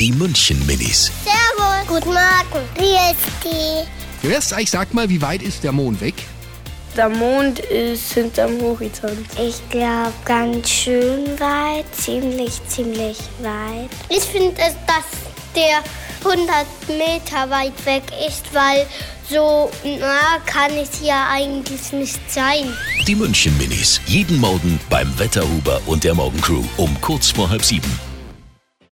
Die München Minis. Servus. Guten Morgen. Wie ist die? Erst, ich sag mal, wie weit ist der Mond weg? Der Mond ist hinterm Horizont. Ich glaube, ganz schön weit, ziemlich, ziemlich weit. Ich finde es, dass der 100 Meter weit weg ist, weil so nah kann es ja eigentlich nicht sein. Die München Minis. Jeden Morgen beim Wetterhuber und der Morgencrew um kurz vor halb sieben.